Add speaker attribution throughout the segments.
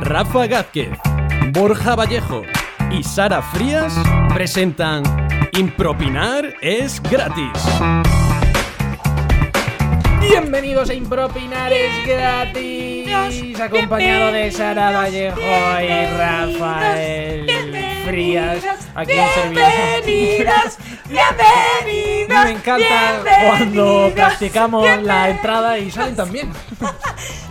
Speaker 1: Rafa Gázquez, Borja Vallejo y Sara Frías presentan Impropinar es gratis.
Speaker 2: Bienvenidos a Impropinar es gratis, acompañado de Sara Vallejo y Rafael Frías, aquí un servidor.
Speaker 3: Bienvenidos, bienvenidos.
Speaker 2: Me encanta cuando
Speaker 3: bienvenidos,
Speaker 2: practicamos la
Speaker 3: bienvenidos.
Speaker 2: entrada y salen también.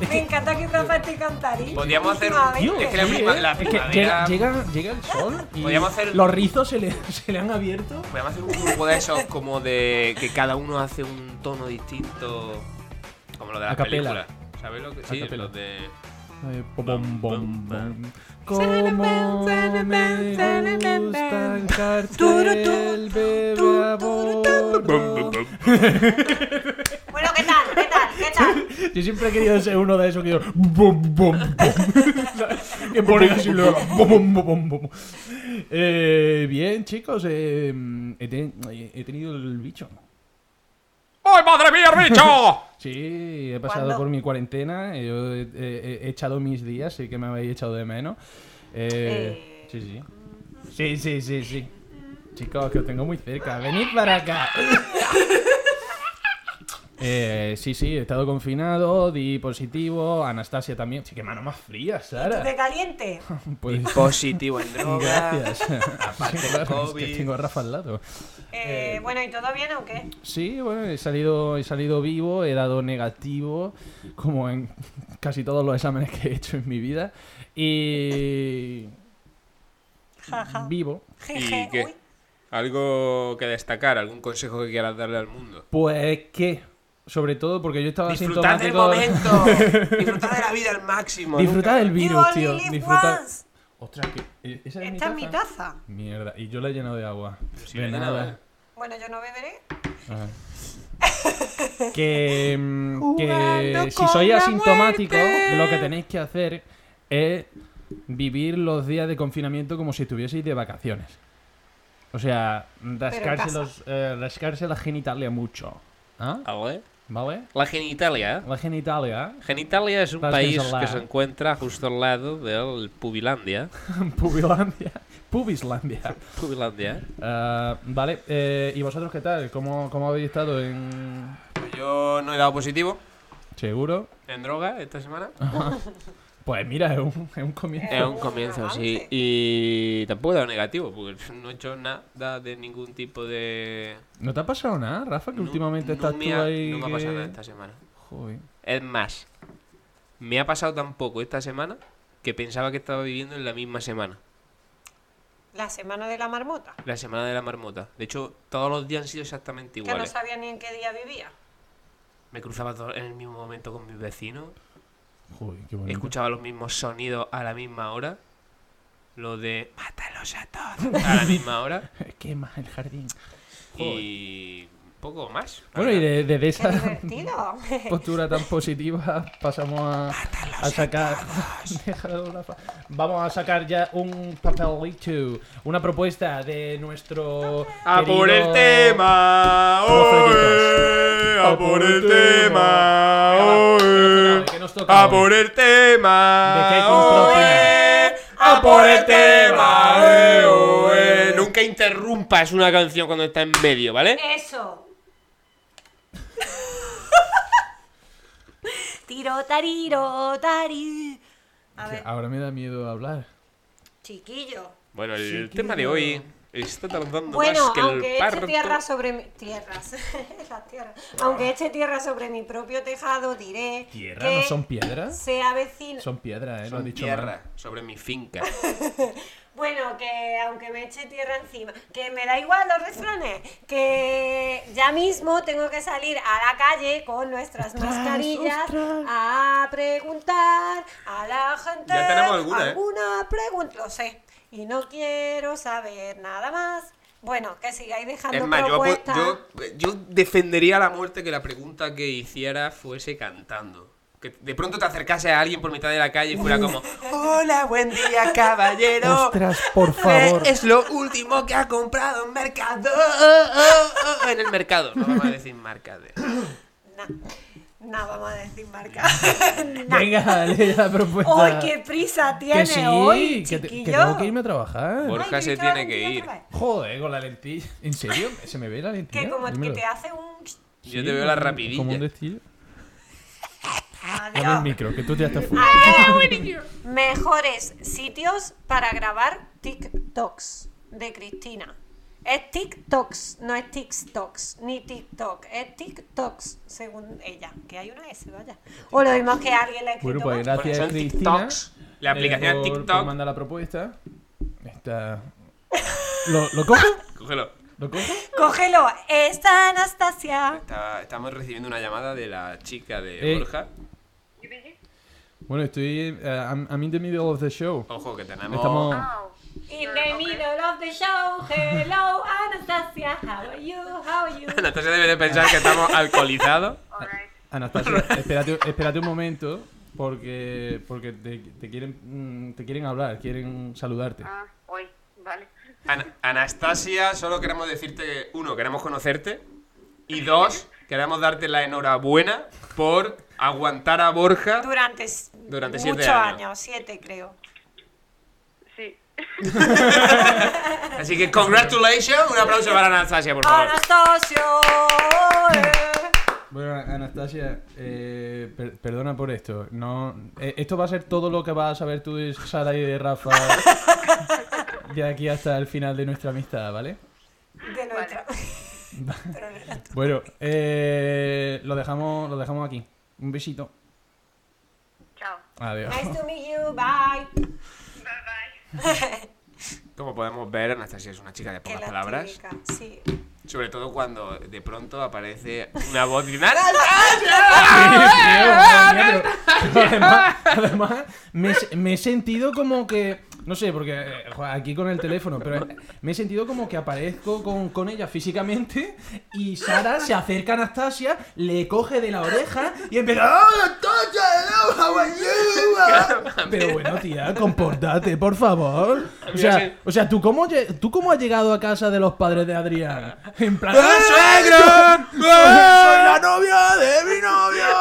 Speaker 3: Me encanta que Rafa esté con tarima
Speaker 4: Podríamos hacer un-
Speaker 3: últimamente.
Speaker 4: Es que la prima- la
Speaker 2: ¿eh? Es que llega,
Speaker 4: primavera-
Speaker 2: llega- llega el sol y
Speaker 4: Podríamos hacer-
Speaker 2: los rizos se le, se le han abierto.
Speaker 4: Podemos hacer Pues un grupo de esos como de que cada uno hace un tono distinto, como lo de las
Speaker 2: Acapela.
Speaker 4: películas. ¿Sabes lo que sí?
Speaker 2: Acapela.
Speaker 4: Los de
Speaker 2: Eh,
Speaker 4: bom, bom, bom.
Speaker 2: Como me gusta en cartel, bebe a bordo.
Speaker 3: Bueno, ¿qué tal? ¿Qué tal? ¿Qué tal?
Speaker 2: Yo siempre he querido ser uno de esos que yo. Bom, bom, bom. Que pone así luego, bom, bom, bom, bom, bom. Eh, bien, chicos. eh, he, ten- he tenido el bicho.
Speaker 4: ¡Ay, madre mía, bicho!
Speaker 2: Sí, he pasado
Speaker 3: ¿Cuándo?
Speaker 2: por mi cuarentena. eh, Yo he, he- he echado mis días, sí que me habéis echado de menos. Eh,
Speaker 3: Eh.
Speaker 2: Sí, sí. Sí, sí, sí, sí. Chicos, que os tengo muy cerca. Venid para acá. Eh, sí, sí, he estado confinado, di positivo, Anastasia también. Sí, qué mano más fría,
Speaker 3: ¿De
Speaker 2: Sara.
Speaker 3: caliente?
Speaker 2: Pues,
Speaker 4: Positivo en droga.
Speaker 2: gracias. Sí, claro, es que
Speaker 4: COVID.
Speaker 2: tengo a Rafa al lado.
Speaker 3: Eh, bueno, ¿y todo bien o qué?
Speaker 2: Sí, bueno, he salido, he salido vivo, he dado negativo, como en casi todos los exámenes que he hecho en mi vida. Y.
Speaker 3: Jaja.
Speaker 2: vivo.
Speaker 3: Jeje.
Speaker 4: ¿Y qué?
Speaker 3: Uy.
Speaker 4: ¿Algo que destacar? ¿Algún consejo que quieras darle al mundo?
Speaker 2: Pues que, sobre todo porque yo estaba
Speaker 4: Disfrutad del
Speaker 2: asintomático.
Speaker 4: momento. Disfrutad de la vida al máximo.
Speaker 2: Disfrutad del
Speaker 3: You
Speaker 2: virus,
Speaker 3: only
Speaker 2: tío.
Speaker 3: live
Speaker 2: Disfrutad.
Speaker 3: once.
Speaker 2: Ostras, que. eh, ¿Esa es mi
Speaker 3: Esta es mi
Speaker 2: taza?
Speaker 3: taza.
Speaker 2: Mierda, y yo la he llenado de agua.
Speaker 4: sí
Speaker 2: de
Speaker 4: la he
Speaker 2: nada.
Speaker 4: llenado, ¿eh?
Speaker 3: Bueno, yo no beberé.
Speaker 2: Ajá. que mm, que
Speaker 3: Jugando
Speaker 2: si
Speaker 3: con
Speaker 2: sois
Speaker 3: la
Speaker 2: asintomáticos,
Speaker 3: muerte.
Speaker 2: lo que tenéis que hacer es vivir los días de confinamiento como si estuvieseis de vacaciones. O sea, rascarse,
Speaker 3: casa.
Speaker 2: los, eh, rascarse la genitalia mucho. ¿Ah?
Speaker 4: ¿Algo?
Speaker 2: ¿Vale?
Speaker 4: La genitalia. ¿eh?
Speaker 2: La genitalia.
Speaker 4: Genitalia es un
Speaker 2: Estás
Speaker 4: país
Speaker 2: desolada.
Speaker 4: que se encuentra justo al lado del Pubilandia.
Speaker 2: ¿eh? Pubilandia. Pubislandia.
Speaker 4: Pubilandia. ¿eh?
Speaker 2: Ah, vale, eh, ¿y vosotros qué tal? ¿Cómo, cómo habéis estado en...?
Speaker 4: Pues Yo no he dado positivo
Speaker 2: ¿Seguro?
Speaker 4: en droga esta semana.
Speaker 2: Pues mira, es un, es un comienzo.
Speaker 4: Es un
Speaker 3: Un
Speaker 4: comienzo,
Speaker 3: avance.
Speaker 4: sí. Y tampoco he dado negativo, porque no he hecho nada de ningún tipo de.
Speaker 2: ¿No te ha pasado nada, Rafa? Que
Speaker 4: No-
Speaker 2: últimamente
Speaker 4: no
Speaker 2: estás
Speaker 4: me
Speaker 2: tú
Speaker 4: ha-
Speaker 2: ahí.
Speaker 4: No me ha pasado
Speaker 2: que-
Speaker 4: nada esta semana.
Speaker 2: Joder.
Speaker 4: Es más, me ha pasado tan poco esta semana que pensaba que estaba viviendo en la misma semana.
Speaker 3: La semana de la marmota.
Speaker 4: La semana de la marmota. De hecho, todos los días han sido exactamente
Speaker 3: Que no
Speaker 4: iguales.
Speaker 3: sabía ni en qué día vivía.
Speaker 4: Me cruzaba todo- en el mismo momento con mis vecinos.
Speaker 2: Joder, qué bonito.
Speaker 4: escuchaba los mismos sonidos a la misma hora. Lo de mátalos a todos a la misma hora.
Speaker 2: Quema el jardín.
Speaker 4: Ah, Y poco más. la
Speaker 2: Bueno, y
Speaker 4: verdad.
Speaker 2: de- desde
Speaker 3: ¡Qué
Speaker 2: esa
Speaker 3: divertido!
Speaker 2: postura tan positiva pasamos a,
Speaker 4: Ah,
Speaker 2: a sacar. Déjalo, Rafa. Vamos a sacar ya un papelito. Una propuesta de nuestro.
Speaker 4: ¡A Ah, por
Speaker 2: querido-
Speaker 4: el tema! ¡Oe!
Speaker 2: Profetitas.
Speaker 4: ¡A por el tema!
Speaker 2: Venga, va,
Speaker 4: ¡Oe!
Speaker 2: ¿de qué nos toca
Speaker 4: ¡A
Speaker 2: hoy?
Speaker 4: por el tema!
Speaker 2: ¿De qué
Speaker 4: ¡Oe! ¡A por el tema! ¡Oe, oe! Nunca interrumpas una canción cuando está en medio, ¿vale?
Speaker 3: Eso. tiro, tariro, tari. A ver,
Speaker 2: Ahora me da miedo hablar.
Speaker 3: chiquillo.
Speaker 4: Bueno, el tema de hoy está tardando
Speaker 3: Bueno,
Speaker 4: más que
Speaker 3: aunque
Speaker 4: el
Speaker 3: eche
Speaker 4: parto.
Speaker 3: tierra sobre mi... Tierras. Las tierras. Aunque eche tierra sobre mi propio tejado, diré...
Speaker 2: ¿Tierra?
Speaker 3: que
Speaker 2: ¿No son piedras?
Speaker 3: Se avecina...
Speaker 2: Son piedras, ¿eh? Lo
Speaker 4: Son
Speaker 2: has dicho mal.
Speaker 4: tierra sobre mi finca.
Speaker 3: Bueno, que aunque me eche tierra encima, que me da igual los refranes, que ya mismo tengo que salir a la calle con nuestras mascarillas a preguntar a la gente
Speaker 4: Ya tenemos alguna, ¿eh?
Speaker 3: pregunta, lo sé, y no quiero saber nada más. Bueno, que sigáis dejando
Speaker 4: Es más, yo, apu-
Speaker 3: propuestas.
Speaker 4: yo, yo defendería la muerte que la pregunta que hiciera fuese cantando. Que de pronto te acercase a alguien por mitad de la calle y fuera como Hola, buen día, caballero.
Speaker 2: Ostras, por
Speaker 4: Eh,
Speaker 2: favor.
Speaker 4: Es lo último que ha comprado en mercado. oh, oh, oh, En el mercado. No vamos a decir marca de.
Speaker 3: Na- No, vamos a decir marca. Nah.
Speaker 2: Venga, lee la propuesta.
Speaker 3: ¡Ay, qué prisa tiene
Speaker 2: que sí,
Speaker 3: hoy,
Speaker 2: que, te- que
Speaker 3: chiquillo!
Speaker 2: tengo que irme a trabajar.
Speaker 4: Por-
Speaker 3: Ay,
Speaker 4: Borja
Speaker 3: yo
Speaker 4: se
Speaker 3: estaba
Speaker 4: tiene que
Speaker 3: contigo
Speaker 4: ir.
Speaker 3: otra vez.
Speaker 2: Joder, con la lentilla. ¿En serio? ¿Se me ve la lentilla?
Speaker 3: Que como que
Speaker 2: Dímelo.
Speaker 3: te hace un...
Speaker 4: Yo
Speaker 2: Sí,
Speaker 4: te veo la
Speaker 2: como-
Speaker 4: rapidilla.
Speaker 2: Como un destillo. Dame el
Speaker 3: Adiós.
Speaker 2: micro, que tú ya estás full.
Speaker 3: Mejores sitios para grabar TikToks de Cristina. Es TikToks, no es TikToks, ni TikTok, es TikToks, según ella, que hay una S, vaya. O lo mismo que alguien le ha escrito
Speaker 2: Bueno, pues
Speaker 3: más.
Speaker 2: gracias,
Speaker 4: Son
Speaker 2: Cristina.
Speaker 4: TikToks. La
Speaker 2: eh,
Speaker 4: aplicación
Speaker 2: por-
Speaker 4: TikTok.
Speaker 2: por mandar la propuesta. Está. ¿Lo, ¿Lo cojo?
Speaker 4: Cógelo.
Speaker 2: ¿Lo cojo?
Speaker 3: Cógelo, esta Anastasia.
Speaker 4: Está- estamos recibiendo una llamada de la chica de
Speaker 2: Eh.
Speaker 4: Borja.
Speaker 2: Bueno, estoy. eh, I'm, I'm in the middle of the show.
Speaker 4: Ojo, que tenemos.
Speaker 2: Estamos.
Speaker 3: In the middle of the show, hello Anastasia, how are you, how are you?
Speaker 4: Anastasia debe de pensar que estamos alcoholizados.
Speaker 2: Anastasia, espérate, espérate un momento. Porque, porque te, te quieren, mm, te quieren hablar, quieren saludarte.
Speaker 5: Ah, hoy, vale.
Speaker 4: Ana- Anastasia, solo queremos decirte, uno, queremos conocerte. Y dos, queremos darte la enhorabuena por aguantar a Borja.
Speaker 3: Durante, s-
Speaker 4: Durante siete
Speaker 3: muchos
Speaker 4: años.
Speaker 3: años, siete creo.
Speaker 5: Sí.
Speaker 4: Así que congratulations, un aplauso para Anastasia, por favor.
Speaker 3: Anastasio. eh.
Speaker 2: Bueno, Anastasia, eh, per- perdona por esto. No, eh, esto va a ser todo lo que vas a saber tú, de Sara y de Rafa de aquí hasta el final de nuestra amistad, ¿vale?
Speaker 3: De nuestra. Pero no era tú.
Speaker 2: Bueno, eh, lo dejamos, lo dejamos aquí. Un besito.
Speaker 5: Chao.
Speaker 2: Adiós.
Speaker 3: Nice to meet you, bye.
Speaker 5: Bye bye.
Speaker 4: Como podemos ver, Anastasia es una chica de
Speaker 3: Que
Speaker 4: pocas
Speaker 3: la
Speaker 4: palabras.
Speaker 3: típica, Sí.
Speaker 4: Sobre todo cuando de pronto aparece una voz de ¡Nara!
Speaker 2: Tío, pero además, además, me, he- me he sentido como que. No sé, porque eh, jo, aquí con el teléfono, pero me he sentido como que aparezco con, con ella físicamente y Sara se acerca a Anastasia, le coge de la oreja y empieza. "Ah, Anastasia, hello, how are you?" Pero bueno, tía, comportate, por favor. O sea, o sea ¿tú, cómo, lle- ¿tú cómo has llegado a casa de los padres de Adrián? En plan.
Speaker 4: ¡Ah, suegro!
Speaker 2: ¡Soy la novia de mi novio!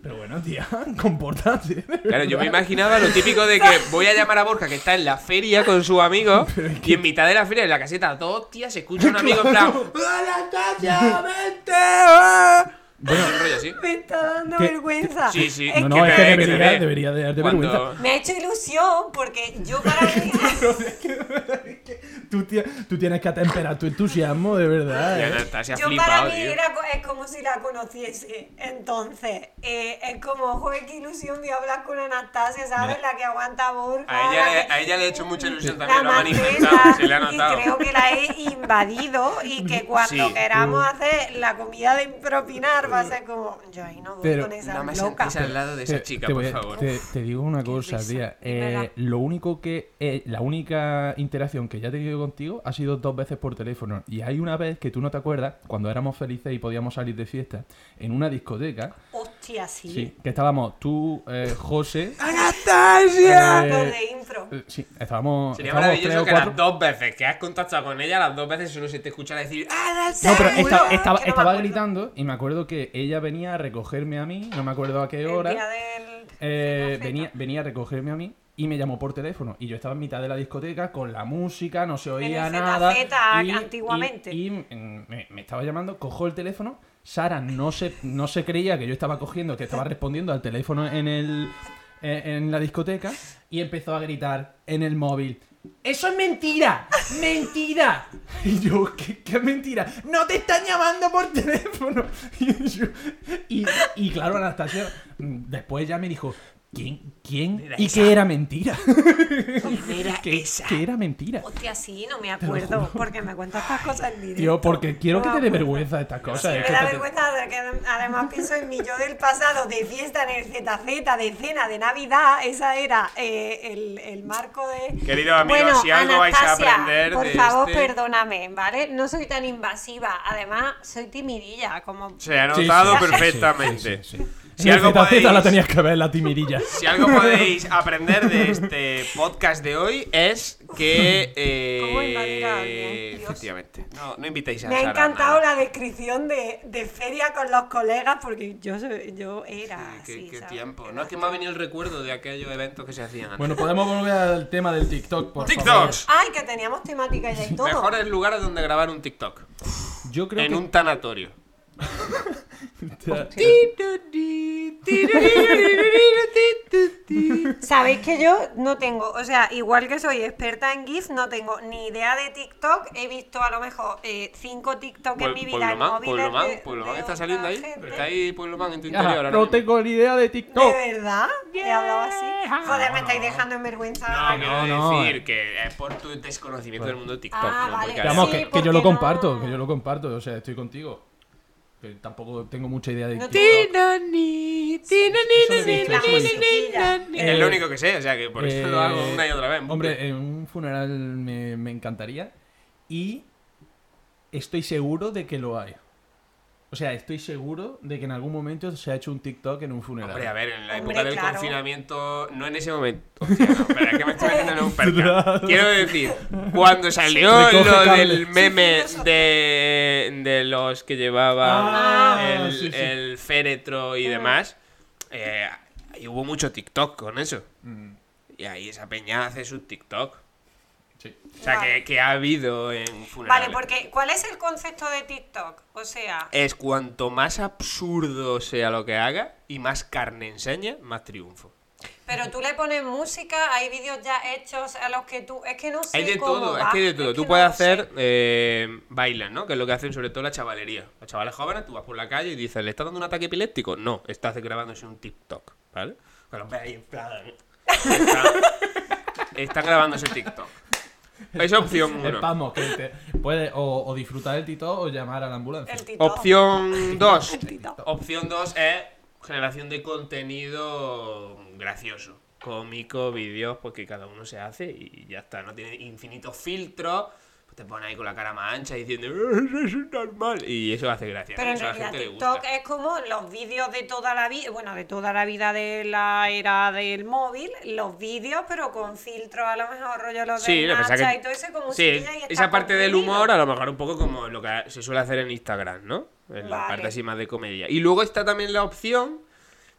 Speaker 2: Pero bueno, tía, comportate.
Speaker 4: Claro, yo me imaginaba lo típico de que voy a llamar a Borja que está en la feria con su amigo y en mitad de la feria, en la caseta, dos tías, se escucha un amigo en plan ¡Anastasia, vente! ah". Un rollo así.
Speaker 3: Me está dando
Speaker 2: ¿Qué?
Speaker 3: vergüenza.
Speaker 4: Sí, sí.
Speaker 3: Es
Speaker 2: No, no,
Speaker 4: te
Speaker 2: es que
Speaker 4: ve, te
Speaker 2: debería,
Speaker 4: ve.
Speaker 2: debería de darte
Speaker 4: Cuando-
Speaker 2: vergüenza.
Speaker 3: Me ha hecho ilusión porque yo para mí.
Speaker 2: Tú, tía- tú tienes que atemperar tu entusiasmo, de verdad.
Speaker 4: Y
Speaker 2: ¿eh?
Speaker 4: Anastasia ha
Speaker 3: Yo para
Speaker 4: flipado,
Speaker 3: mí
Speaker 4: tío.
Speaker 3: era co- es como si la conociese. Entonces, eh, es como, joder, qué ilusión voy a hablar con Anastasia, ¿sabes? La que aguanta Borja.
Speaker 4: A ella,
Speaker 3: la
Speaker 4: le,
Speaker 3: que-
Speaker 4: a ella le ha hecho mucha ilusión
Speaker 3: la
Speaker 4: también, lo ha
Speaker 3: mantenga,
Speaker 4: manifestado, se le ha
Speaker 3: y creo
Speaker 4: notado.
Speaker 3: que la he invadido y que cuando
Speaker 4: Sí.
Speaker 3: queramos hacer la comida de impropinar va a ser como yo ahí no voy
Speaker 2: Pero-
Speaker 3: con esa
Speaker 4: No me
Speaker 3: loca
Speaker 4: sentéis al lado de esa chica,
Speaker 2: voy
Speaker 4: por
Speaker 2: a-
Speaker 4: favor.
Speaker 2: te- te digo una cosa,
Speaker 3: risa.
Speaker 2: tía.
Speaker 3: Es verdad.
Speaker 2: eh, lo único que. eh, la única interacción que ya he tenido contigo ha sido dos veces por teléfono. Y hay una vez que tú no te acuerdas, cuando éramos felices y podíamos salir de fiesta en una discoteca.
Speaker 3: hostia sí,
Speaker 2: Sí, que estábamos tú, eh, José.
Speaker 4: ¡Anastasia!
Speaker 3: Por
Speaker 2: eh,
Speaker 3: de impro
Speaker 2: eh, sí, estábamos.
Speaker 4: Sería
Speaker 2: estábamos
Speaker 4: maravilloso que
Speaker 2: tres o cuatro-
Speaker 4: las dos veces que has contactado con ella, las dos veces uno se te escuchara decir ¡Anastasia!
Speaker 2: No, pero esta-
Speaker 3: Seguro,
Speaker 2: estaba,
Speaker 3: que no me
Speaker 2: estaba
Speaker 3: acuerdo.
Speaker 2: gritando y me acuerdo que ella venía a recogerme a mí, no me acuerdo a qué
Speaker 3: el
Speaker 2: hora.
Speaker 3: día del
Speaker 2: Eh,
Speaker 3: Feta.
Speaker 2: venía, venía a recogerme a mí y me llamó por teléfono. Y yo estaba en mitad de la discoteca con la música, no se oía
Speaker 3: el
Speaker 2: nada.
Speaker 3: ZZ
Speaker 2: y-
Speaker 3: antiguamente.
Speaker 2: Y, y, mm, me, me estaba llamando, cojo el teléfono. Sara no se, no se creía que yo estaba cogiendo, que estaba respondiendo al teléfono en, el, en, en la discoteca y empezó a gritar en el móvil. ¡Eso es mentira! ¡Mentira! Y yo, ¿qué, qué mentira? ¡No te están llamando por teléfono! Y, yo- y- y claro, Anastasia mm, después ya me dijo, ¿quién? ¿Quién?
Speaker 4: Era
Speaker 2: ¿Y
Speaker 4: esa.
Speaker 2: qué era mentira?
Speaker 3: Mira
Speaker 2: que,
Speaker 3: esa.
Speaker 2: que era mentira.
Speaker 3: hostia sí no me acuerdo porque me cuentas estas cosas en directo
Speaker 2: Tío, porque quiero que
Speaker 3: No
Speaker 2: te
Speaker 3: me
Speaker 2: dé
Speaker 3: acuerdo.
Speaker 2: vergüenza estas cosas. es
Speaker 3: me
Speaker 2: que
Speaker 3: da
Speaker 2: te-
Speaker 3: vergüenza de que además pienso en mi yo del pasado de fiesta en el ZZ, de cena de Navidad, esa era eh, el, el marco de...
Speaker 4: Querido amigo,
Speaker 3: Bueno,
Speaker 4: si algo vais a
Speaker 3: Anastasia,
Speaker 4: aprender
Speaker 3: por
Speaker 4: de
Speaker 3: favor,
Speaker 4: este-
Speaker 3: perdóname, ¿vale? No soy tan invasiva, además soy timidilla, como...
Speaker 4: Se ha
Speaker 2: Sí,
Speaker 4: notado
Speaker 2: sí, sí,
Speaker 4: perfectamente.
Speaker 2: sí, sí, sí.
Speaker 4: Si
Speaker 2: En el
Speaker 4: algo
Speaker 2: ZZ
Speaker 4: podéis-
Speaker 2: la tenías que ver, la timidilla Hostia.
Speaker 4: Si algo podéis aprender de este podcast de hoy es que. eh,
Speaker 3: ¿Cómo invadir a alguien? Dios.
Speaker 4: efectivamente. No, no invitéis a
Speaker 3: Me ha
Speaker 4: Sara a
Speaker 3: encantado
Speaker 4: nada.
Speaker 3: la descripción de, de feria con los colegas porque yo, soy- yo era
Speaker 4: Sí,
Speaker 3: así.
Speaker 4: qué, qué
Speaker 3: ¿sabes?
Speaker 4: tiempo.
Speaker 3: Era
Speaker 4: No es que me ha venido el recuerdo de aquellos eventos que se hacían antes.
Speaker 2: Bueno, podemos volver al tema del TikTok, por favor.
Speaker 4: TikToks.
Speaker 3: Ay, que teníamos temática y de todo.
Speaker 4: Mejores lugares donde grabar un TikTok.
Speaker 2: Yo creo
Speaker 4: En
Speaker 2: que...
Speaker 4: un tanatorio.
Speaker 3: Sabéis que yo no tengo, o sea, igual que soy experta en GIF, no tengo ni idea de TikTok. He visto a lo mejor eh, cinco TikTok en mi vida. en
Speaker 4: Puebloman,
Speaker 3: móviles de-
Speaker 4: Puebloman, Puebloman
Speaker 3: de
Speaker 4: está
Speaker 3: otra
Speaker 4: saliendo ahí.
Speaker 3: gente.
Speaker 4: Está ahí Puebloman en tu
Speaker 2: Ajá,
Speaker 4: interior ahora
Speaker 2: no
Speaker 4: mismo.
Speaker 2: tengo ni idea de TikTok.
Speaker 3: ¿De verdad? He hablado así. Joder, me estáis dejando en vergüenza.
Speaker 4: No, quiero
Speaker 2: Ah, no, no.
Speaker 4: decir que es por tu desconocimiento del mundo de TikTok.
Speaker 3: Ah,
Speaker 4: no,
Speaker 3: vale.
Speaker 4: Porque
Speaker 2: Vamos,
Speaker 3: Sí,
Speaker 2: que, que
Speaker 3: porque
Speaker 2: yo lo
Speaker 3: no.
Speaker 2: comparto, que yo lo comparto, o sea, estoy contigo. Que tampoco tengo mucha idea de
Speaker 3: No
Speaker 2: TikTok.
Speaker 3: tiene-
Speaker 2: Eso de
Speaker 3: La
Speaker 2: TikTok.
Speaker 3: musiquilla.
Speaker 4: Es lo único que sé, o sea que por eso lo hago
Speaker 2: Eh,
Speaker 4: una y otra vez.
Speaker 2: Hombre, en un funeral me, me encantaría y estoy seguro de que lo hay. O sea, estoy seguro de que en algún momento se ha hecho un TikTok en un funeral.
Speaker 4: Hombre, a ver, en la
Speaker 3: Hombre,
Speaker 4: época del
Speaker 3: claro.
Speaker 4: confinamiento, no en ese momento. Hostia, no, espera, que me estoy metiendo en un percal. Quiero decir, cuando salió
Speaker 2: Recoge
Speaker 4: lo
Speaker 2: cable.
Speaker 4: del meme
Speaker 3: Sí, sí,
Speaker 4: de, de los que llevaban
Speaker 2: Ah,
Speaker 4: el,
Speaker 2: sí, sí.
Speaker 4: el féretro y demás, eh, y hubo mucho TikTok con eso.
Speaker 2: Mm,
Speaker 4: Y ahí esa peña hace su TikTok.
Speaker 2: sí.
Speaker 4: O sea,
Speaker 3: Vale.
Speaker 4: que, que ha habido en funerales.
Speaker 3: Vale, porque ¿cuál es el concepto de TikTok? O sea,
Speaker 4: es cuanto más absurdo sea lo que haga y más carne enseña, más triunfo.
Speaker 3: pero tú le pones música, hay vídeos ya hechos a los que tú. Es que no sé.
Speaker 4: Hay de
Speaker 3: cómo
Speaker 4: todo,
Speaker 3: va,
Speaker 4: es que hay de todo. tú
Speaker 3: no
Speaker 4: puedes
Speaker 3: lo sé.
Speaker 4: hacer eh, bailan, ¿no? Que es lo que hacen sobre todo la chavalería. Los chavales jóvenes, tú vas por la calle y dices, ¿le está dando un ataque epiléptico? No, estás grabándose un TikTok, ¿vale? Que los ves ahí en plan. en plan, Están grabándose TikTok. Es opción uno.
Speaker 2: Vamos, que te- puedes o, o disfrutar del TikTok o llamar a la ambulancia.
Speaker 3: El TikTok.
Speaker 4: Opción 2.
Speaker 3: TikTok.
Speaker 4: Opción 2 es generación de contenido gracioso. Cómico, vídeos, porque cada uno se hace y ya está. No tiene infinitos filtros. Pues te pones ahí con la cara más ancha diciendo, "Eh, eso es normal. Y eso hace gracia.
Speaker 3: Pero en
Speaker 4: eso a la
Speaker 3: realidad
Speaker 4: gente le
Speaker 3: TikTok
Speaker 4: gusta.
Speaker 3: es como los vídeos de toda la vida, bueno, de toda la vida de la era del móvil, los vídeos, pero con filtros a lo mejor rollo los
Speaker 4: Sí,
Speaker 3: de
Speaker 4: lo que pasa
Speaker 3: Snapchat
Speaker 4: que-
Speaker 3: y todo eso como
Speaker 4: Sí, esa parte del humor, ah. a lo mejor un poco como lo que se suele hacer en Instagram, ¿no? En la
Speaker 3: Vale.
Speaker 4: parte así más de comedia. Y luego está también la opción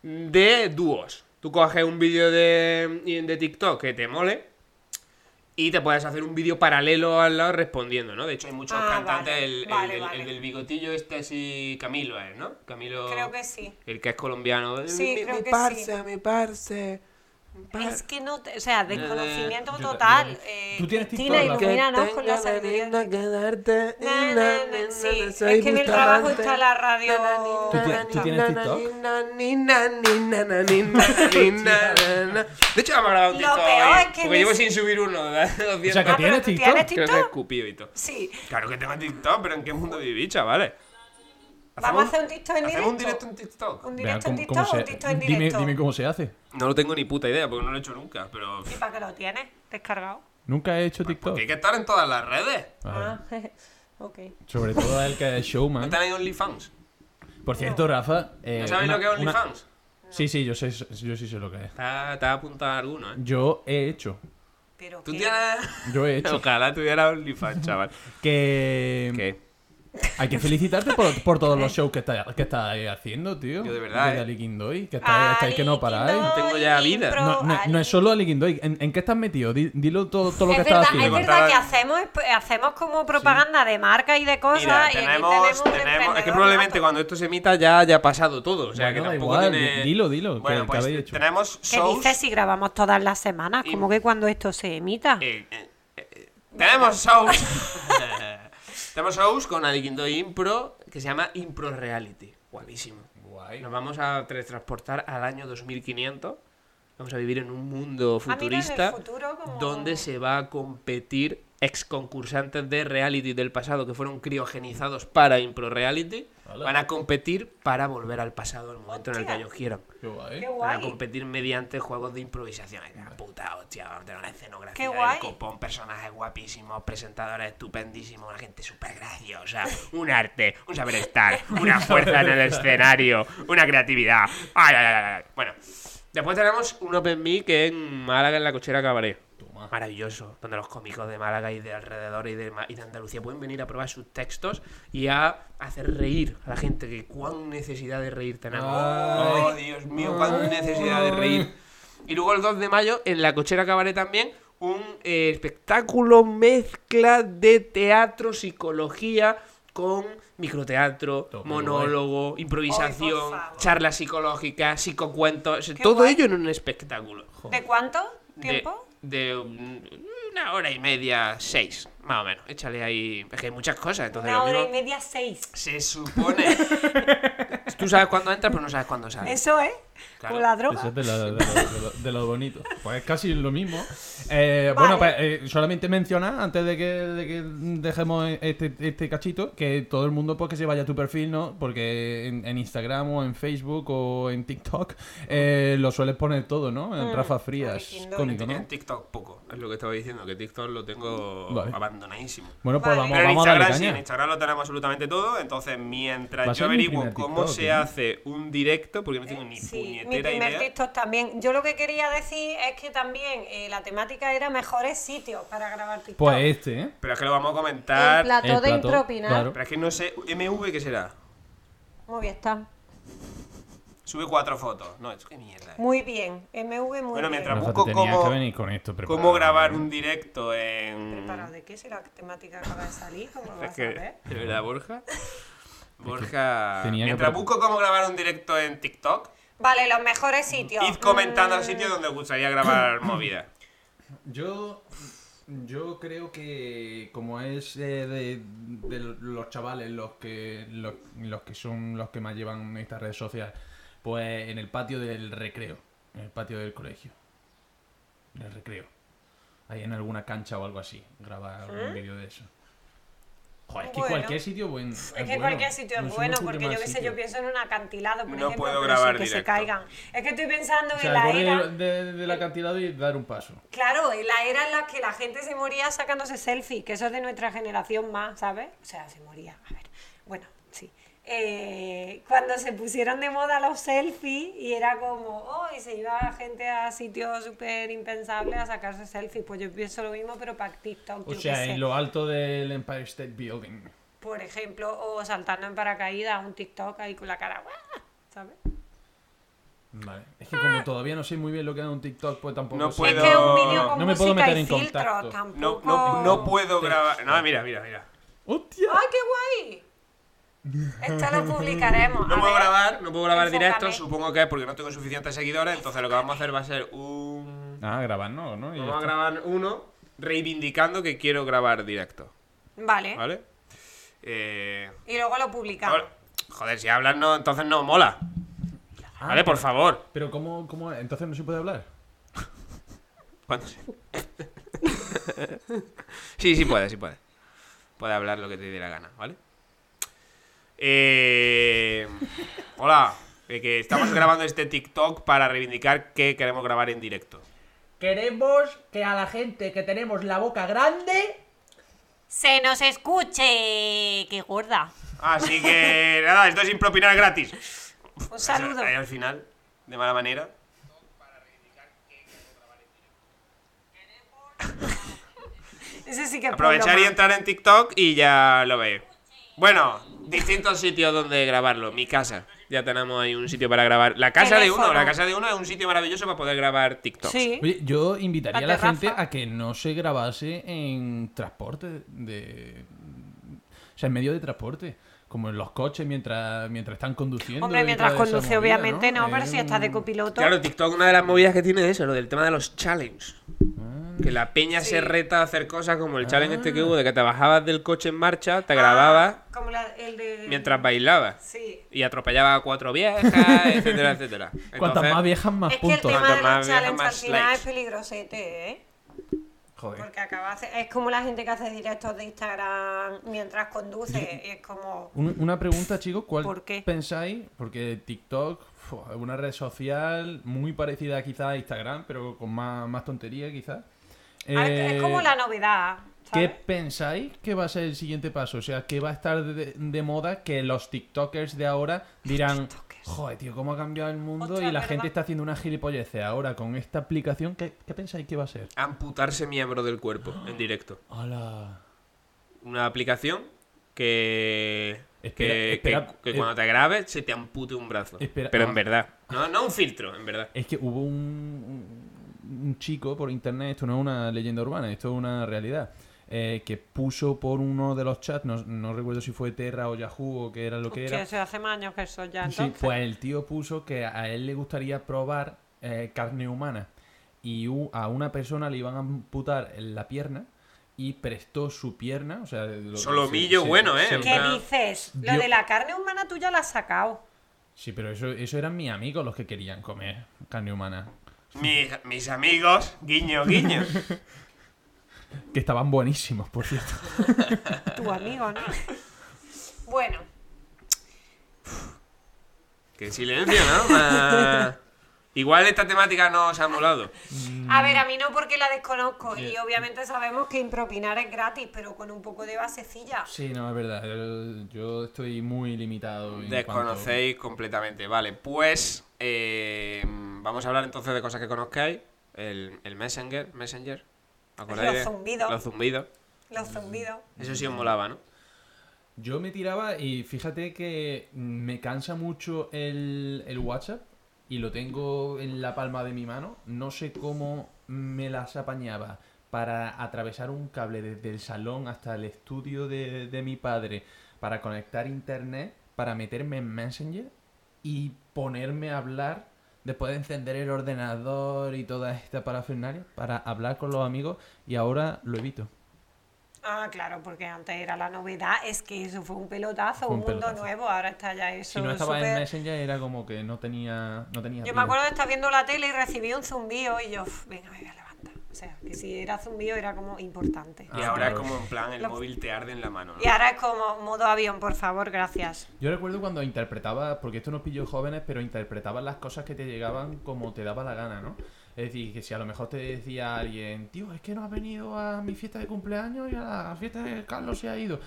Speaker 4: de dúos. Tú coges un vídeo de, de TikTok que te mole y te puedes hacer un vídeo paralelo al lado respondiendo, ¿no? De hecho, hay muchos
Speaker 3: Ah,
Speaker 4: cantantes,
Speaker 3: vale,
Speaker 4: el, el
Speaker 3: vale,
Speaker 4: del-
Speaker 3: vale.
Speaker 4: el del bigotillo este sí, Camilo es, ¿no? Camilo,
Speaker 3: Creo que sí.
Speaker 4: el que es colombiano.
Speaker 3: Sí,
Speaker 4: mi,
Speaker 3: creo
Speaker 4: mi
Speaker 3: que sí.
Speaker 4: parce, mi parce, mi parce.
Speaker 3: Es que no, te- o sea, desconocimiento
Speaker 2: Yo ta- yo
Speaker 3: total.
Speaker 2: ta-
Speaker 3: eh,
Speaker 2: Tú tienes TikTok,
Speaker 3: Tina,
Speaker 2: ¿no?
Speaker 4: Que
Speaker 3: ilumínanos con la
Speaker 4: tenga la
Speaker 3: sabiduría.
Speaker 4: linda que darte y
Speaker 3: Na,
Speaker 4: la
Speaker 3: na, na,
Speaker 4: nena
Speaker 3: sí.
Speaker 4: de
Speaker 3: Es
Speaker 4: soy
Speaker 3: que en el
Speaker 4: Bustamante.
Speaker 3: trabajo está la radio-
Speaker 4: Na, na, ni,
Speaker 2: ¿Tú
Speaker 4: na,
Speaker 2: ti-
Speaker 4: na,
Speaker 2: tú
Speaker 4: ni,
Speaker 2: tienes
Speaker 4: na,
Speaker 2: TikTok?
Speaker 4: na, ni, na, ni, na, na, ni, na, ni, na, na, na. De hecho, vamos a grabar un
Speaker 3: Lo
Speaker 4: TikTok
Speaker 3: peor
Speaker 4: hoy,
Speaker 3: es que
Speaker 4: Porque
Speaker 3: ni
Speaker 4: llevo
Speaker 3: si-
Speaker 4: sin subir uno. Lo
Speaker 2: O sea, que
Speaker 3: Ah,
Speaker 4: siento.
Speaker 3: pero
Speaker 2: tienes
Speaker 3: tú tienes
Speaker 2: TikTok.
Speaker 4: Creo que he
Speaker 3: TikTok.
Speaker 4: escupido y todo.
Speaker 3: Sí.
Speaker 4: Claro que tengo TikTok, pero ¿en qué mundo vivís, chavales?
Speaker 3: Vamos a hacer un TikTok en
Speaker 4: ¿Hacemos un
Speaker 3: directo?
Speaker 4: directo en TikTok?
Speaker 3: Un
Speaker 2: Vea,
Speaker 3: directo en
Speaker 2: cómo- cómo
Speaker 3: TikTok o un
Speaker 2: se-
Speaker 3: TikTok en
Speaker 2: dime,
Speaker 3: directo.
Speaker 2: dime cómo se hace.
Speaker 4: No lo tengo ni puta idea, porque no lo he hecho nunca, pero...
Speaker 3: ¿Y para qué lo tienes? ¿Descargado?
Speaker 2: Nunca he hecho TikTok.
Speaker 4: Que hay que estar en todas las redes.
Speaker 2: Ah,
Speaker 3: Ah, ok.
Speaker 2: sobre todo el que es
Speaker 4: ¿No
Speaker 2: showman.
Speaker 4: tenéis OnlyFans?
Speaker 2: Por cierto, Rafa... eh,
Speaker 4: ¿No sabéis
Speaker 2: una-
Speaker 4: lo que es
Speaker 2: una-
Speaker 4: OnlyFans?
Speaker 2: Sí, sí, yo, sé, yo sí sé lo que es.
Speaker 4: Está, está apuntado alguno, ¿eh?
Speaker 2: Yo he hecho.
Speaker 3: Pero
Speaker 4: Tú
Speaker 3: qué-
Speaker 4: tienes...
Speaker 2: Yo he hecho.
Speaker 4: Ojalá tuviera OnlyFans, chaval.
Speaker 2: Que...
Speaker 4: ¿Qué?
Speaker 2: Hay que felicitarte por, por todos los shows que estáis que estáis haciendo, tío.
Speaker 4: Yo de verdad,
Speaker 2: Desde
Speaker 4: eh.
Speaker 2: Ali Quindoy, que estáis,
Speaker 3: Ah,
Speaker 2: estáis que no paráis.
Speaker 3: Liquido,
Speaker 4: Tengo ya vida.
Speaker 3: impro,
Speaker 2: No, no- no es solo Ali Quindoy. ¿En, en qué estás metido? Di- Dilo todo, todo lo que
Speaker 3: es verdad,
Speaker 2: estás
Speaker 3: es
Speaker 2: haciendo.
Speaker 3: verdad que hacemos, hacemos como propaganda de marca y de cosas.
Speaker 4: Mira,
Speaker 3: y aquí un
Speaker 4: tenemos, tenemos- es que
Speaker 3: emprendedor
Speaker 4: probablemente
Speaker 3: nato.
Speaker 4: cuando esto se emita ya haya pasado todo, o sea
Speaker 2: Bueno,
Speaker 4: que
Speaker 2: da
Speaker 4: tampoco
Speaker 2: igual,
Speaker 4: tiene...
Speaker 2: di- dilo, dilo, que-
Speaker 4: Bueno,
Speaker 2: que
Speaker 4: pues
Speaker 2: habéis hecho.
Speaker 4: tenemos
Speaker 3: ¿Qué
Speaker 4: shows...
Speaker 3: dices si grabamos todas las semanas?
Speaker 4: Y-
Speaker 3: Como que cuando esto se emita.
Speaker 4: eh, eh, eh, tenemos shows... tenemos shows con Aliquindo Impro que se llama Impro Reality. Guapísimo.
Speaker 2: Guay.
Speaker 4: Nos vamos a teletransportar al año 2500. Vamos a vivir en un mundo
Speaker 3: mira, en el
Speaker 4: futurista
Speaker 3: futuro como-
Speaker 4: donde se va a competir ex concursantes de reality del pasado que fueron criogenizados para Impro Reality.
Speaker 2: Hola.
Speaker 4: Van a competir para volver al pasado, al momento en el que
Speaker 3: Hostia.
Speaker 4: ellos quieran.
Speaker 2: Qué guay.
Speaker 3: Qué
Speaker 4: Van a
Speaker 3: guay.
Speaker 4: competir mediante juegos de improvisación. Ay, la puta hostia, vamos a tener una escenografía
Speaker 3: Qué
Speaker 4: del
Speaker 3: guay.
Speaker 4: copón, personajes guapísimos, presentadores estupendísimos, una gente súper graciosa, un arte, un saber estar, una fuerza en el escenario, una creatividad. Ay, ay, ay, ay. Bueno, Después tenemos un Open Mic que es en Málaga, en la cochera Cabaret. Maravilloso, donde los cómicos de Málaga y de alrededor y de, Ma- y de Andalucía pueden venir a probar sus textos y a hacer reír a la gente, que cuán necesidad de reír tenemos. oh, Dios mío, cuán necesidad de reír. Y luego el 2 de mayo, en la cochera Cabaret también, un eh, espectáculo mezcla de teatro, psicología, con microteatro,
Speaker 2: Toma,
Speaker 4: monólogo, improvisación,
Speaker 5: favor.
Speaker 4: charlas psicológicas, psicocuentos,
Speaker 3: Qué
Speaker 4: todo
Speaker 3: guay.
Speaker 4: ello en un espectáculo.
Speaker 3: ¿De cuánto
Speaker 4: De-
Speaker 3: tiempo?
Speaker 4: De, mm, una hora y media, seis, más o menos. Échale ahí. Es que hay muchas cosas, entonces
Speaker 3: Una
Speaker 4: lo
Speaker 3: hora y
Speaker 4: mismo-
Speaker 3: media, seis.
Speaker 4: Se supone. Tú sabes cuándo entras, pero no sabes cuándo sales.
Speaker 3: Eso, ¿eh?
Speaker 4: Claro.
Speaker 3: Con la
Speaker 2: Eso
Speaker 3: droga.
Speaker 2: es de lo, de lo- de lo- de lo bonito. Pues es casi lo mismo. Eh, Bueno, pues
Speaker 3: Vale.
Speaker 2: eh, solamente mencionar, antes de que, de que dejemos este, este cachito, que todo el mundo pues que se vaya a tu perfil, ¿no? Porque en, en Instagram o en Facebook o en TikTok eh, lo sueles poner todo, ¿no?
Speaker 3: Mm.
Speaker 2: En Rafa Frías,
Speaker 3: Ay, qué
Speaker 2: cómico,
Speaker 4: En
Speaker 2: ¿no?
Speaker 4: TikTok poco, es lo que estaba diciendo, que TikTok lo tengo
Speaker 2: Vale.
Speaker 4: abandonadísimo.
Speaker 2: Bueno, pues
Speaker 3: Vale.
Speaker 2: vamos,
Speaker 4: Pero en
Speaker 2: vamos a darle
Speaker 4: Instagram sí, en
Speaker 2: caña.
Speaker 4: Instagram lo tenemos absolutamente todo. Entonces,
Speaker 2: Va
Speaker 4: mientras
Speaker 2: a
Speaker 4: yo
Speaker 2: ser mi
Speaker 4: averiguo
Speaker 2: primer
Speaker 4: cómo
Speaker 2: TikTok,
Speaker 4: se
Speaker 2: ¿eh?
Speaker 4: hace un directo, porque no tengo ni
Speaker 3: Sí, mi
Speaker 4: puñetera
Speaker 3: primer
Speaker 4: idea.
Speaker 3: TikTok también. Yo lo que quería decir es que también eh, la temática era mejores sitios para grabar TikTok.
Speaker 2: Pues este, ¿eh?
Speaker 4: Pero es que lo vamos a
Speaker 3: el
Speaker 4: comentar.
Speaker 3: plató
Speaker 2: el
Speaker 3: de
Speaker 2: plató,
Speaker 3: impropinar.
Speaker 2: claro.
Speaker 4: Pero es que no sé, MV, ¿qué será?
Speaker 3: Muy bien, está.
Speaker 4: Sube cuatro fotos. No, es que mierda. eh.
Speaker 3: Muy bien. MV muy
Speaker 4: Bueno,
Speaker 3: bien.
Speaker 4: mientras-
Speaker 2: No, o sea,
Speaker 4: Trabuco
Speaker 2: te tenías
Speaker 4: como-
Speaker 2: que venir con esto preparado,
Speaker 4: ¿Cómo grabar
Speaker 2: ¿eh?
Speaker 4: un directo en.
Speaker 3: ¿Preparado de qué? Si la temática acaba de salir, ¿cómo lo
Speaker 4: Es
Speaker 3: vas
Speaker 4: que,
Speaker 3: a ver?
Speaker 4: de verdad, Borja. Borja.
Speaker 2: tenía que
Speaker 4: Mientras
Speaker 2: pre-
Speaker 4: busco cómo grabar un directo en TikTok,
Speaker 3: Vale, los mejores sitios.
Speaker 4: id comentando
Speaker 3: Mm,
Speaker 4: los sitios donde os gustaría grabar movidas.
Speaker 2: Yo, yo creo que como es eh, de, de los chavales los que los, los que son los que más llevan estas redes sociales, pues en el patio del recreo, en el patio del colegio, en el recreo, ahí en alguna cancha o algo así, grabar un vídeo de eso. Joder, es que
Speaker 3: ¿Eh? Bueno.
Speaker 2: cualquier sitio bueno, es
Speaker 3: Es que
Speaker 2: bueno.
Speaker 3: cualquier sitio
Speaker 2: No
Speaker 3: es
Speaker 2: se me
Speaker 3: bueno,
Speaker 2: ocurre
Speaker 3: porque yo
Speaker 2: más
Speaker 3: qué sé,
Speaker 2: sitio.
Speaker 3: yo pienso en un acantilado, por
Speaker 4: No
Speaker 3: ejemplo,
Speaker 4: puedo
Speaker 3: pero
Speaker 4: grabar
Speaker 3: sin que se
Speaker 4: directo.
Speaker 3: caigan. Es que estoy pensando
Speaker 2: O
Speaker 3: en
Speaker 2: sea,
Speaker 3: la
Speaker 2: correr
Speaker 3: era... Eh.
Speaker 2: de, de la cantidad y dar un paso.
Speaker 3: Claro, en la era en la que la gente se moría sacándose selfies, que eso es de nuestra generación más, ¿sabes? O sea, se moría. A ver, bueno, sí. Eh, cuando se pusieron de moda los selfies y era como, oh, y se iba gente a sitios súper impensables a sacarse selfies, pues yo pienso lo mismo, pero para TikTok.
Speaker 2: O
Speaker 3: yo qué
Speaker 2: sea,
Speaker 3: sé.
Speaker 2: en lo alto del Empire State Building.
Speaker 3: Por ejemplo, o saltando en paracaídas, un TikTok ahí con la cara, ¡guau! ¿sabes?
Speaker 2: Vale. Es que como todavía no sé muy bien lo que es un TikTok, pues tampoco
Speaker 4: No
Speaker 2: sé.
Speaker 3: Es
Speaker 4: puedo-
Speaker 3: que un vídeo con
Speaker 2: No me
Speaker 3: música
Speaker 2: puedo meter
Speaker 3: y
Speaker 2: en
Speaker 3: filtros
Speaker 2: contacto.
Speaker 4: No,
Speaker 3: tampoco.
Speaker 4: no, no puedo grabar. No, mira, mira, mira.
Speaker 2: ¡Hostia!
Speaker 3: ¡Ay, qué guay! Esto lo publicaremos.
Speaker 4: No
Speaker 3: A
Speaker 4: puedo
Speaker 3: ver.
Speaker 4: grabar, no puedo grabar directo,
Speaker 3: Enfócame.
Speaker 4: supongo que es porque no tengo suficientes seguidores, entonces lo que vamos a hacer va a ser un...
Speaker 2: Ah, grabar no, ¿no? Y
Speaker 4: Vamos a
Speaker 2: ya
Speaker 4: grabar uno reivindicando que quiero grabar directo,
Speaker 3: Vale.
Speaker 4: ¿vale? Eh...
Speaker 3: Y luego lo publicamos.
Speaker 4: ahora- Joder, si hablas no, entonces no mola.
Speaker 2: está.
Speaker 4: Vale,
Speaker 2: Ah,
Speaker 4: por favor.
Speaker 2: Pero ¿cómo, cómo? Entonces no se puede hablar.
Speaker 4: ¿Cuándo se- sí, sí puede, sí puede. Puede hablar lo que te dé la gana, ¿vale? Eh, hola, eh, que estamos grabando este TikTok para reivindicar que queremos grabar en directo.
Speaker 6: Queremos que a la gente que tenemos la boca grande
Speaker 3: Se nos escuche. Qué gorda.
Speaker 4: Así que nada, esto es impropinar gratis.
Speaker 3: Un saludo.
Speaker 4: Ahí al final, de mala manera.
Speaker 3: Ese sí que es
Speaker 4: Aprovechar
Speaker 3: pueblo
Speaker 4: y
Speaker 3: más.
Speaker 4: entrar en TikTok y ya lo veis. Bueno, distintos sitios donde grabarlo. Mi casa. Ya tenemos ahí un sitio para grabar. La casa de uno,
Speaker 3: Teléfono.
Speaker 4: la casa de uno es un sitio maravilloso para poder grabar TikTok.
Speaker 3: Sí.
Speaker 2: Oye, yo invitaría a
Speaker 3: La
Speaker 2: la gente
Speaker 3: terraza.
Speaker 2: a que no se grabase en transporte de... O sea, en medio de transporte. Como en los coches mientras, mientras están conduciendo.
Speaker 3: Hombre,
Speaker 2: y
Speaker 3: mientras
Speaker 2: toda esa
Speaker 3: conduce,
Speaker 2: movida,
Speaker 3: obviamente no, pero
Speaker 2: Es
Speaker 3: si estás de
Speaker 2: un-
Speaker 3: copiloto.
Speaker 4: Claro, TikTok una de las movidas que tiene es eso, lo del tema de los challenges. Que la peña se reta a hacer cosas como el challenge este que hubo de que te bajabas del coche en marcha, te grababas
Speaker 3: Ah, como la- el de.
Speaker 4: mientras bailabas.
Speaker 3: Sí.
Speaker 4: Y atropellaba a cuatro viejas, etcétera, etcétera.
Speaker 2: Cuantas
Speaker 4: Entonces,
Speaker 2: más viejas, más
Speaker 3: es que el
Speaker 2: puntos.
Speaker 3: tema de
Speaker 4: Cuanto
Speaker 3: los
Speaker 4: más viaja,
Speaker 3: challenges al
Speaker 4: más
Speaker 3: final es
Speaker 4: likes.
Speaker 3: peligrosete, ¿eh?
Speaker 2: Joder.
Speaker 3: Porque acaba hace- es como la gente que hace directos de Instagram mientras conduce. y es como.
Speaker 2: Un- Una pregunta, chicos, ¿cuál
Speaker 3: ¿Por qué?
Speaker 2: pensáis? Porque TikTok fu, es una red social muy parecida quizás a Instagram, pero con más, más tontería quizás.
Speaker 3: Ah, es-
Speaker 2: Eh,
Speaker 3: es como la ¿eh? novedad.
Speaker 2: ¿Qué
Speaker 3: ¿sabes?
Speaker 2: pensáis que va a ser el siguiente paso? O sea, ¿qué va a estar de, de moda que los TikTokers de ahora dirán,
Speaker 4: antes.
Speaker 2: Joder, tío, cómo ha cambiado el mundo
Speaker 3: Ostras,
Speaker 2: y la
Speaker 3: ¿verdad?
Speaker 2: gente está haciendo una gilipollece ahora con esta aplicación. ¿Qué, qué pensáis que va a ser?
Speaker 4: Amputarse miembro del cuerpo en directo.
Speaker 2: Hola.
Speaker 4: Una aplicación que.
Speaker 2: Espera,
Speaker 4: que,
Speaker 2: espera,
Speaker 4: que- que
Speaker 2: eh,
Speaker 4: cuando te grabes se te ampute un brazo.
Speaker 2: Espera,
Speaker 4: Pero
Speaker 2: ah.
Speaker 4: en verdad. No, no un filtro, en verdad.
Speaker 2: Es que hubo un, un chico por internet, esto no es una leyenda urbana, esto es una realidad, eh, que puso por uno de los chats, no, no recuerdo si fue Terra o Yahoo o qué era lo que
Speaker 3: Hostia,
Speaker 2: era.
Speaker 3: eso hace más años que eso ya.
Speaker 2: Sí,
Speaker 3: Entonces.
Speaker 2: pues el tío puso que a él le gustaría probar eh, carne humana y u- a una persona le iban a amputar la pierna y prestó su pierna, o sea, lo-
Speaker 4: Solomillo bueno, ¿eh?
Speaker 3: ¿Qué
Speaker 4: Una-
Speaker 3: dices? Lo
Speaker 2: Yo-
Speaker 3: de la carne humana tú ya la has sacado.
Speaker 2: Sí, pero eso, eso eran mis amigos los que querían comer carne humana,
Speaker 4: Mi- mis amigos, guiño, guiño.
Speaker 2: que estaban buenísimos, por cierto.
Speaker 3: Tu amigo, ¿no? bueno,
Speaker 4: Qué silencio, ¿no? Ah, Igual esta temática no os ha molado.
Speaker 3: a ver, a mí no porque la desconozco y obviamente sabemos que impropinar es gratis, pero con un poco de basecilla.
Speaker 2: Sí, no, es verdad. Yo, yo estoy muy limitado. en
Speaker 4: Desconocéis completamente. Vale, pues eh, vamos a hablar entonces de cosas que conozcáis. El, el Messenger, Messenger. ¿Acordáis?
Speaker 3: Los
Speaker 4: de-
Speaker 3: zumbidos.
Speaker 4: Los zumbidos.
Speaker 3: Los zumbidos.
Speaker 4: Eso sí os molaba, ¿no?
Speaker 2: cuanto- Yo me tiraba y fíjate que me cansa mucho el, el WhatsApp y lo tengo en la palma de mi mano. No sé cómo me las apañaba para atravesar un cable desde el salón hasta el estudio de, de mi padre, para conectar internet, para meterme en Messenger y ponerme a hablar después de encender el ordenador y toda esta parafernalia para hablar con los amigos y ahora lo evito.
Speaker 3: Ah, claro, porque antes era la novedad, es que eso fue un pelotazo,
Speaker 2: Fue
Speaker 3: un,
Speaker 2: un
Speaker 3: mundo
Speaker 2: pelotazo.
Speaker 3: nuevo, ahora está ya eso.
Speaker 2: Si no estaba en
Speaker 3: súper-
Speaker 2: Messenger era como que no tenía no tenía
Speaker 3: Yo me
Speaker 2: vida.
Speaker 3: acuerdo de estar viendo la tele y recibí un zumbido y yo, "Uf, venga, me voy a levantar. O sea, que si era zumbido era como importante.
Speaker 4: Y
Speaker 2: Ah,
Speaker 4: ahora
Speaker 2: claro.
Speaker 4: es como en plan, el
Speaker 3: Los-
Speaker 4: móvil te arde en la mano. ¿no?
Speaker 3: Y ahora es como modo avión, por favor, gracias.
Speaker 2: Yo recuerdo cuando interpretaba, porque esto nos pilló jóvenes, pero interpretabas las cosas que te llegaban como te daba la gana, ¿no? Es decir, que si a lo mejor te decía alguien, tío, es que no has venido a mi fiesta de cumpleaños y a la fiesta de Carlos se ha ido.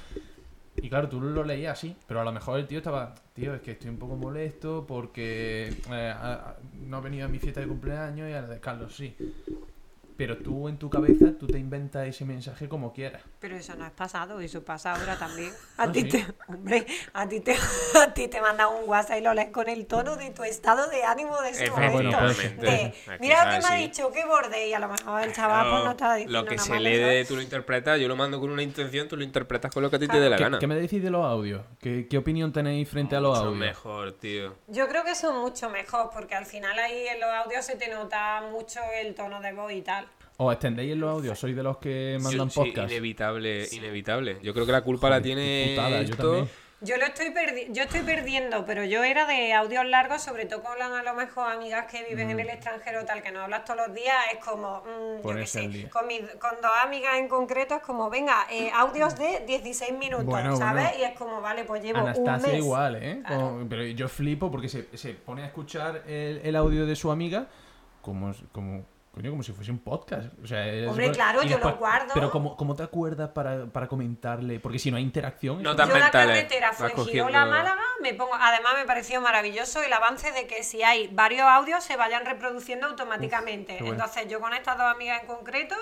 Speaker 2: Y claro, tú lo leías así, pero a lo mejor el tío estaba, tío, es que estoy un poco molesto porque eh, a- a- no ha venido a mi fiesta de cumpleaños y a la de Carlos sí. Pero tú en tu cabeza, tú te inventas ese mensaje como quieras.
Speaker 3: Pero eso no es pasado, eso pasa ahora también.
Speaker 4: Ah,
Speaker 3: A ti
Speaker 2: sí.
Speaker 3: te, hombre, a ti te, a ti te mandan un WhatsApp y lo lees con el tono de tu estado de ánimo de ese
Speaker 2: bueno,
Speaker 3: momento.
Speaker 2: pues,
Speaker 4: Efectivamente.
Speaker 3: De,
Speaker 4: Aquí
Speaker 3: mira lo que
Speaker 4: sabes,
Speaker 3: me ha
Speaker 4: sí.
Speaker 3: dicho, qué borde, y a lo mejor el chaval pues, no está diciendo
Speaker 4: lo que
Speaker 3: nada
Speaker 4: se
Speaker 3: más
Speaker 4: le
Speaker 3: eso.
Speaker 4: dé, tú lo interpretas. Yo lo mando con una intención, tú lo interpretas con lo que a ti te dé la
Speaker 2: ¿Qué,
Speaker 4: gana.
Speaker 2: qué me decís de los audios? ¿Qué, qué opinión tenéis frente a los
Speaker 4: Mucho
Speaker 2: audios?
Speaker 4: mejor, tío.
Speaker 3: Yo creo que son mucho mejor, porque al final ahí en los audios se te nota mucho el tono de voz y tal.
Speaker 2: ¿Os extendéis en los audios? ¿Sois de los que mandan
Speaker 4: Sí, sí,
Speaker 2: podcast?
Speaker 4: inevitable, inevitable. Yo creo que la culpa la
Speaker 2: qué
Speaker 4: tiene
Speaker 2: putada, yo
Speaker 4: esto.
Speaker 2: también.
Speaker 3: Yo lo estoy perdi- yo estoy perdiendo, pero yo era de audios largos, sobre todo con a lo mejor amigas que viven
Speaker 2: Mm.
Speaker 3: en el extranjero, tal que no hablas todos los días, es como, mm, yo qué
Speaker 2: Ponerse al
Speaker 3: sé,
Speaker 2: día.
Speaker 3: con, mis- con dos amigas en concreto es como, venga, eh, audios de 16 minutos,
Speaker 2: Bueno,
Speaker 3: ¿sabes?
Speaker 2: bueno.
Speaker 3: Y es como, vale, pues llevo un
Speaker 2: Anastasia
Speaker 3: mes.
Speaker 2: igual, ¿eh?
Speaker 3: Claro.
Speaker 2: Como- pero yo flipo porque se, se pone a escuchar el, el audio de su amiga como, como, coño, como si fuese un podcast. O sea, es-
Speaker 3: Hombre, claro,
Speaker 2: y
Speaker 3: yo lo guardo.
Speaker 2: Pero ¿cómo, cómo te acuerdas para, para comentarle? Porque si no hay interacción...
Speaker 4: No
Speaker 2: es-
Speaker 4: tan
Speaker 3: Yo la
Speaker 4: mentales,
Speaker 3: carretera
Speaker 4: vas
Speaker 3: fue
Speaker 4: cogiendo-
Speaker 3: Girola Málaga, me pongo, además me pareció maravilloso el avance de que si hay varios audios se vayan reproduciendo automáticamente.
Speaker 2: Uf, qué bueno.
Speaker 3: Entonces yo con estas dos amigas en concreto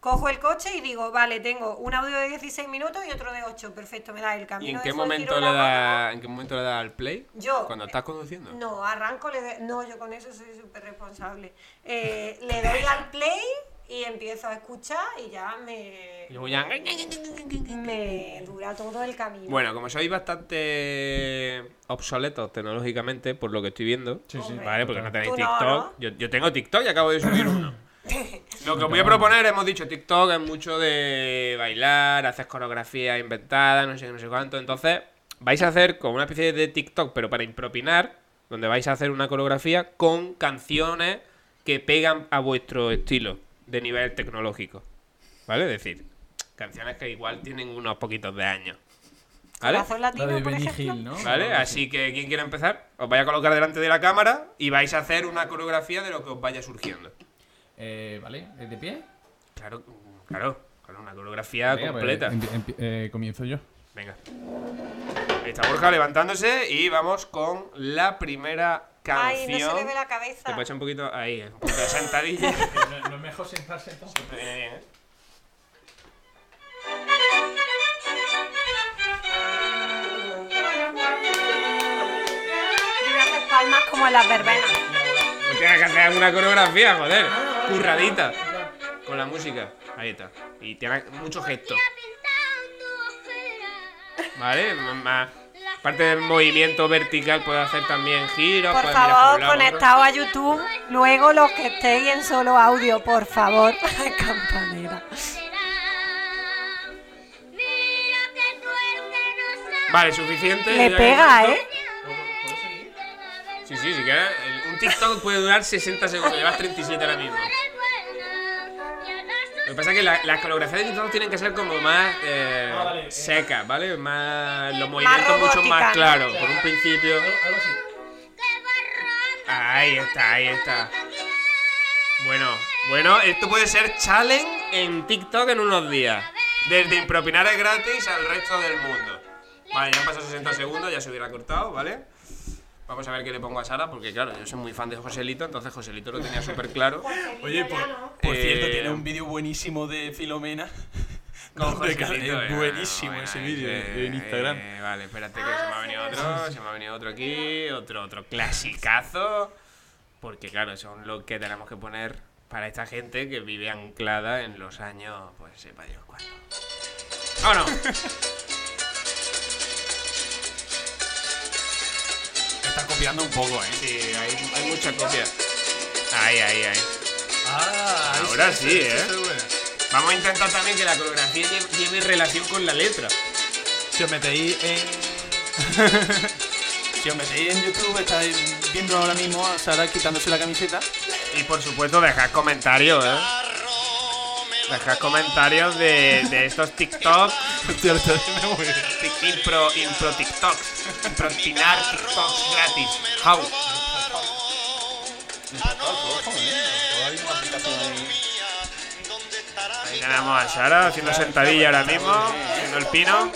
Speaker 3: cojo el coche y digo, vale, tengo un audio de 16 minutos y otro de 8, perfecto, me da el
Speaker 4: ¿Y
Speaker 3: camino.
Speaker 4: en
Speaker 3: de
Speaker 4: qué,
Speaker 3: Fuengirola
Speaker 4: momento le
Speaker 3: Málaga.
Speaker 4: da, en qué momento le da al play?
Speaker 3: Yo-
Speaker 4: Cuando estás conduciendo.
Speaker 3: No, arranco, le doy- no, yo con eso soy súper responsable. Eh, le doy al play y empiezo a escuchar y ya me,
Speaker 4: Y luego ya-
Speaker 3: me dura todo el camino.
Speaker 4: Bueno, como sois bastante obsoletos tecnológicamente, por lo que estoy viendo,
Speaker 2: Sí, sí.
Speaker 4: ¿vale? Porque no tenéis
Speaker 3: Tú no,
Speaker 4: TikTok.
Speaker 3: ¿no?
Speaker 4: Yo, yo tengo TikTok y acabo de subir uno. Lo que os voy a proponer, hemos dicho, TikTok es mucho de bailar, haces coreografía inventada, no sé, qué, no sé cuánto. Entonces, vais a hacer como una especie de TikTok, pero para impropinar, donde vais a hacer una coreografía con canciones que pegan a vuestro estilo de nivel tecnológico. ¿Vale? Es decir, canciones que igual tienen unos poquitos de años. ¿Vale?
Speaker 3: Corazón
Speaker 2: La
Speaker 3: latino,
Speaker 2: de
Speaker 3: por
Speaker 2: Benny
Speaker 3: ejemplo.
Speaker 2: Hill, ¿no?
Speaker 4: ¿Vale? Así que, ¿quién quiere empezar? Os vais a colocar delante de la cámara y vais a hacer una coreografía de lo que os vaya surgiendo.
Speaker 2: Eh, ¿Vale? ¿De pie?
Speaker 4: Claro, claro, claro, una coreografía
Speaker 2: Venga, pues,
Speaker 4: completa.
Speaker 2: empi- empi- eh, comienzo yo.
Speaker 4: Venga. Está Borja levantándose y vamos con la primera
Speaker 3: Ay,
Speaker 4: canción.
Speaker 3: no se le ve la cabeza.
Speaker 4: Te puedes echar un poquito ahí, un poquito de sentadilla.
Speaker 2: No, es mejor sentarse entonces.
Speaker 4: Te viene bien, ¿eh?
Speaker 3: Yo voy a hacer palmas como en las verbenas.
Speaker 4: Pues Tienes que hacer alguna coreografía, joder. Curradita. Con la música. Ahí está. Y tiene muchos gestos. ¿Vale? M- Más. Parte del movimiento vertical puede hacer también giros.
Speaker 3: Por
Speaker 4: puedes mirar
Speaker 3: favor,
Speaker 4: un lado, pues, por otro.
Speaker 3: conectaos a YouTube. Luego los que estéis en solo audio, por favor. Campanera.
Speaker 4: Vale, suficiente.
Speaker 3: Le
Speaker 4: ya que
Speaker 3: pega,
Speaker 4: esto-
Speaker 3: ¿eh?
Speaker 4: Sí, sí, sí. Que el- un TikTok puede durar 60 segundos. Llevas 37 ahora mismo. Lo que pasa es que la- las coreografías de TikTok tienen que ser como más eh,
Speaker 2: vale, eh.
Speaker 4: secas, ¿vale? Más, los movimientos mucho
Speaker 3: robótica,
Speaker 4: más
Speaker 3: ¿no?
Speaker 4: claros. Por un principio.
Speaker 2: Algo así.
Speaker 4: Ahí está, ahí está. Bueno, bueno, esto puede ser challenge en TikTok en unos días. Desde impropinar es gratis al resto del mundo. Vale, ya han pasado 60 segundos, ya se hubiera cortado, ¿vale? Vamos a ver qué le pongo a Sara, porque claro, yo soy muy fan de Joselito, entonces Joselito lo tenía súper claro.
Speaker 7: Oye, por, por
Speaker 4: Eh,
Speaker 7: cierto, tiene un vídeo buenísimo de Filomena.
Speaker 4: Con
Speaker 7: De
Speaker 4: Joselito,
Speaker 7: Cal- es
Speaker 4: eh,
Speaker 7: buenísimo
Speaker 4: bueno,
Speaker 7: ese vídeo
Speaker 4: eh,
Speaker 7: en Instagram.
Speaker 4: eh, vale, espérate que se me ha venido otro, se me ha venido otro aquí, otro, otro clasicazo. Porque claro, son lo que tenemos que poner para esta gente que vive anclada en los años, pues sepa Dios cuándo. ¡Vámonos!
Speaker 7: Está copiando un poco, ¿eh?
Speaker 4: Sí, hay, hay mucha copia. Ahí, ahí, ahí.
Speaker 7: Ah,
Speaker 4: Ahora
Speaker 7: esa-
Speaker 4: sí,
Speaker 7: esa-
Speaker 4: ¿eh?
Speaker 7: esa es buena.
Speaker 4: Vamos a intentar también que la coreografía lle- lleve relación con la letra.
Speaker 7: Si os metéis en. si os metéis en YouTube, estáis viendo ahora mismo a Sara quitándose la camiseta.
Speaker 4: Y por supuesto, dejad comentarios, ¿eh? Dejad comentarios de, de estos TikTok,
Speaker 7: Hostia, lo está haciendo muy bien.
Speaker 4: tic- impro, impro TikToks, improtinar TikToks gratis. How? Ahí tenemos a Sara haciendo sentadilla ahora mismo, haciendo el pino.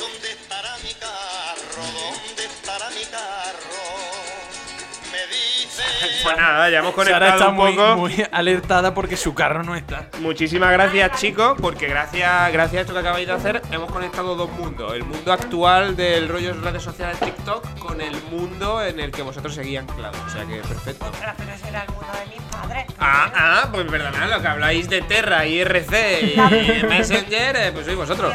Speaker 4: Pues nada, ya hemos
Speaker 7: Sara
Speaker 4: conectado
Speaker 7: está
Speaker 4: un
Speaker 7: muy,
Speaker 4: poco.
Speaker 7: muy alertada porque su carro no está.
Speaker 4: Muchísimas gracias, chicos, porque gracias, gracias a esto que acabáis de hacer, hemos conectado dos mundos. El mundo actual del rollo de redes sociales TikTok con el mundo en el que vosotros seguís anclados. O sea que perfecto.
Speaker 3: Ostras, pero ese era alguno de mis padres.
Speaker 4: Ah, ah, pues perdonad, lo que habláis de Terra, IRC y Messenger, eh, pues sois vosotros.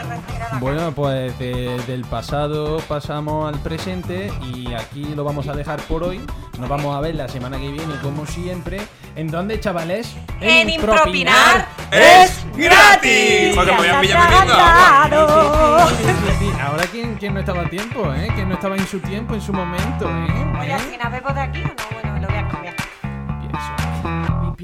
Speaker 2: Bueno, pues de- del pasado pasamos al presente y aquí lo vamos a dejar por hoy. Nos vamos a ver la semana que viene, como siempre. ¿En dónde, chavales?
Speaker 3: En impropinar
Speaker 4: ¡Es gratis! Joder, me voy a pillar bebiendo agua.
Speaker 3: Claro.
Speaker 2: Ahora, ¿quién, quién no estaba a tiempo, eh? ¿Quién no estaba en su tiempo, en su momento, eh?
Speaker 3: Oye, ¿al final bebo de aquí o no?